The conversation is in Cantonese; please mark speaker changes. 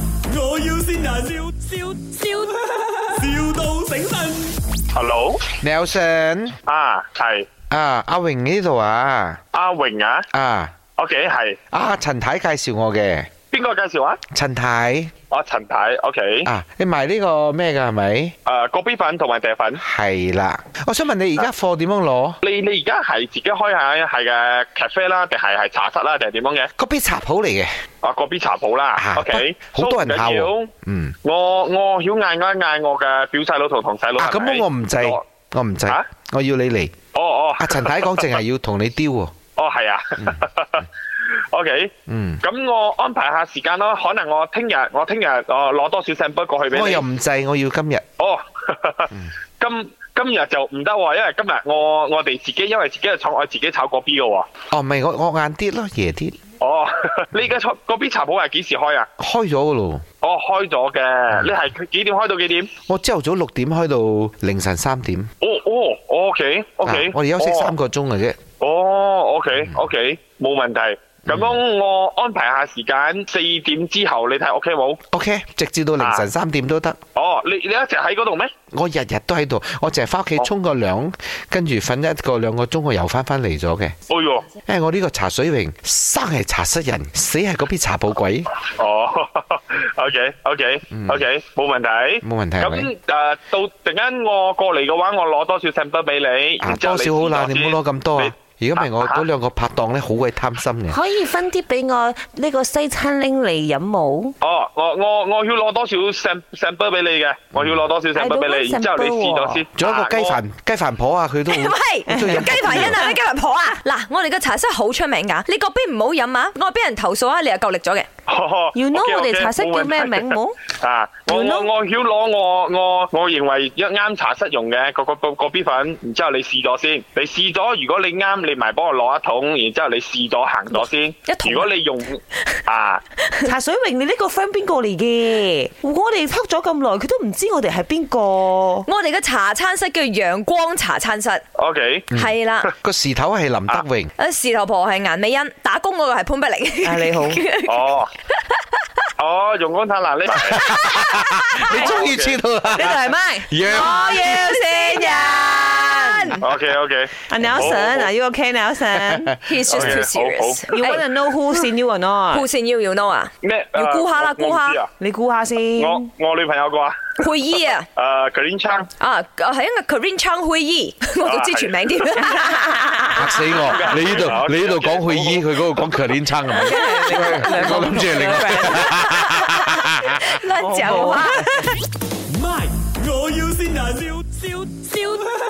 Speaker 1: 要先人，笑笑笑，,笑到醒神。
Speaker 2: Hello，
Speaker 3: Nelson
Speaker 2: 啊，係
Speaker 3: 啊，阿榮呢度啊，
Speaker 2: 阿榮啊
Speaker 3: 啊
Speaker 2: ，OK 係
Speaker 3: 啊，陳太介紹我嘅，
Speaker 2: 邊個介紹啊？
Speaker 3: 陳太
Speaker 2: 我陳太，OK，
Speaker 3: 啊，你賣呢個咩㗎係咪？
Speaker 2: 誒個啤粉同埋啤粉，
Speaker 3: 係啦，我想問你而家貨點樣攞？
Speaker 2: 你你而家係自己開下係嘅 cafe 啦，定係係茶室啦，定係點樣嘅？
Speaker 3: 個邊插好嚟嘅，
Speaker 2: 啊個 B 茶鋪啦
Speaker 3: 啊
Speaker 2: ，OK，
Speaker 3: 不好多人
Speaker 2: so
Speaker 3: 敲喎
Speaker 2: 唔緊要
Speaker 3: 嗯，
Speaker 2: 我我曉嗌我嗌我嘅表細佬同堂細佬。
Speaker 3: 啊咁
Speaker 2: 係咪
Speaker 3: 我唔制，啊
Speaker 2: 我
Speaker 3: 我唔制
Speaker 2: 啊，
Speaker 3: 我要你嚟。
Speaker 2: 哦哦
Speaker 3: 阿陳太講淨係要同你丟喎，
Speaker 2: 哦係啊 ，OK，
Speaker 3: 嗯，
Speaker 2: 咁我安排下時間咯，可能我聽日我聽日我攞多少 sample 過去俾你。
Speaker 3: 我又唔制，我要今日。
Speaker 2: 哦，
Speaker 3: 嗯
Speaker 2: 今今日就唔得喎，因為今日我我哋自己因為自己嘅廠，我自己炒嗰 B 嘅喎。
Speaker 3: 哦，唔係我我晏啲咯，夜啲
Speaker 2: 哦， 你嘅廠嗰 B 茶鋪係幾時開啊？
Speaker 3: 開咗㗎咯。
Speaker 2: 哦，開咗
Speaker 3: 嗯
Speaker 2: 嘅，你係幾點開到幾點？
Speaker 3: 我朝頭早六點開到凌晨三點，
Speaker 2: 哦哦，OK
Speaker 3: 啊
Speaker 2: OK，
Speaker 3: 我哋休息三嗯個鐘嘅啫。
Speaker 2: 哦，OK OK，冇問題。咁
Speaker 3: 嗯
Speaker 2: 樣我安排下時間，四點之後你睇 OK 冇？
Speaker 3: OK，直至到凌晨三點都得。
Speaker 2: 哦，你你一直喺嗰度咩？
Speaker 3: 我日日都喺度，我淨係翻屋企沖個涼，跟住瞓一個兩個鐘，我又翻返嚟咗嘅。
Speaker 2: 哎喲，
Speaker 3: 因為我呢個茶水榮生係茶室人，死係嗰邊茶鋪鬼，
Speaker 2: 哦 ，OK OK OK，冇問題。
Speaker 3: 嗯冇問題係咪？
Speaker 2: 咁誒，到陣間我過嚟嘅話，我攞多少 sample 俾你，
Speaker 3: 啊，
Speaker 2: 然之後
Speaker 3: 多少好啦，你唔好攞咁多啊！如果唔係，我
Speaker 2: 啊
Speaker 3: 嗰兩個拍檔咧好鬼貪心嘅。
Speaker 4: 可以分啲俾我呢個西餐拎嚟飲 冇？
Speaker 2: 哦，我我我要攞多少 sam- sample 俾你嘅，我要攞多少 sample 俾
Speaker 4: I don't
Speaker 2: 你，
Speaker 4: want
Speaker 2: 然之後你試咗先。
Speaker 3: 仲有一個雞
Speaker 2: 啊
Speaker 3: 飯雞飯婆啊，佢都好
Speaker 5: 喂，
Speaker 3: 好中意飲
Speaker 5: 雞飯人啊，咩雞飯婆啊！嗱，我哋嘅茶室好出名噶，你嗰邊唔好飲啊！我俾人投訴啊，你又夠力咗嘅。
Speaker 2: 我
Speaker 4: You know 我
Speaker 2: OK，OK，
Speaker 4: 哋茶室叫
Speaker 2: 冇問
Speaker 4: 咩
Speaker 2: 題
Speaker 4: 名冇？
Speaker 2: 啊！我
Speaker 4: You
Speaker 2: 我
Speaker 4: know？
Speaker 2: 我曉攞我我我認為一啱茶室用嘅個個個個 B 粉，然之後你試咗先，你試咗如果你啱，你咪幫我攞一桶，然之後你試咗行咗先。
Speaker 5: 一桶啊
Speaker 2: 如果你用啊，
Speaker 4: 茶水榮，你呢個 friend 邊個嚟嘅？我哋 talk 咗咁耐，佢都唔知我哋係邊 個。
Speaker 5: 我哋嘅茶餐室叫陽光茶餐室，
Speaker 4: 嗯
Speaker 2: OK，
Speaker 5: 係啦。
Speaker 3: 個時頭係林德榮，
Speaker 5: 誒，士頭婆係顏美欣，打工嗰個係潘碧
Speaker 4: 啊，
Speaker 5: 玲。
Speaker 4: 你好，
Speaker 2: 哦，哦，用光太難呢？
Speaker 3: 你終於知道啦。
Speaker 5: 呢度係咪？
Speaker 3: 楊
Speaker 5: 我要線人。
Speaker 2: O K O K，
Speaker 5: 啊
Speaker 4: 阿 Nelson，Are 啊 you okay, Nelson?
Speaker 5: He's just too serious.
Speaker 4: You wanna know who's in you or not？
Speaker 5: 酷線要要 know 啊？
Speaker 2: 咩？
Speaker 5: 要
Speaker 2: 呃
Speaker 5: 估下啦
Speaker 2: 我
Speaker 5: 估
Speaker 2: 我唔
Speaker 5: 下
Speaker 2: 知啊
Speaker 4: 你估下先。
Speaker 2: 我我女朋友個啊，
Speaker 5: 佩姨啊，
Speaker 2: 誒 k a r i n Chang，
Speaker 5: 啊係因為 Corinne Chang 佩 姨，我都知全名添。
Speaker 4: 哎
Speaker 3: 嚇死我！你呢
Speaker 2: 好
Speaker 3: 度你呢度
Speaker 2: 好
Speaker 3: 講去醫，佢嗰度講 c l i n 係咪？我諗住係另外。
Speaker 5: 亂講話。啊
Speaker 1: 唔係，我要先人，笑笑笑，